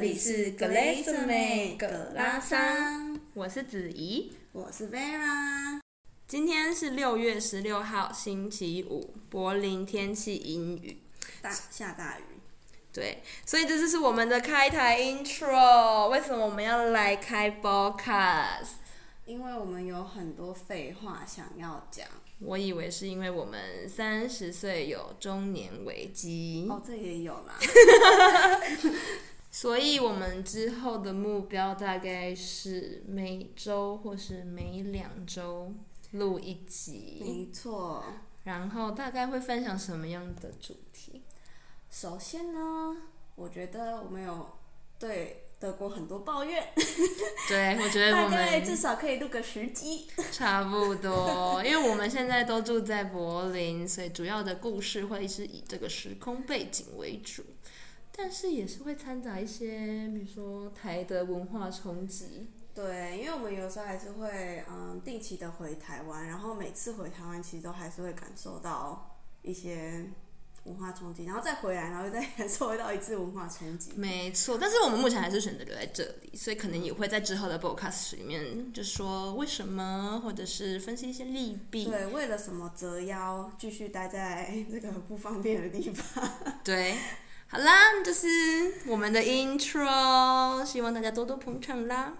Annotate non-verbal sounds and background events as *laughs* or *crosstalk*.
里是格雷斯妹葛拉桑，我是子怡。我是 Vera。今天是六月十六号，星期五，柏林天气阴雨。大下大雨，对，所以这就是我们的开台 intro。为什么我们要来开 podcast？因为我们有很多废话想要讲。我以为是因为我们三十岁有中年危机，哦，这也有 *laughs* 啦。所以我们之后的目标大概是每周或是每两周录一集，没错，然后大概会分享什么样的主题？首先呢，我觉得我们有对德国很多抱怨， *laughs* 对，我觉得大我概们至少可以录个十集。差不多，因为我们现在都住在柏林，所以主要的故事会是以这个时空背景为主，但是也是会掺杂一些，比如说台的文化冲击。对，因为我们有时候还是会嗯定期的回台湾，然后每次回台湾其实都还是会感受到一些文化冲击，然后再回来，然后再感受到一次文化冲击。没错，但是我们目前还是选择留在这里，所以可能也会在之后的 broadcast 里面就说为什么，或者是分析一些利弊。对，为了什么折腰继续待在这个不方便的地方？ *laughs* 对，好啦，就是我们的 intro，希望大家多多捧场啦。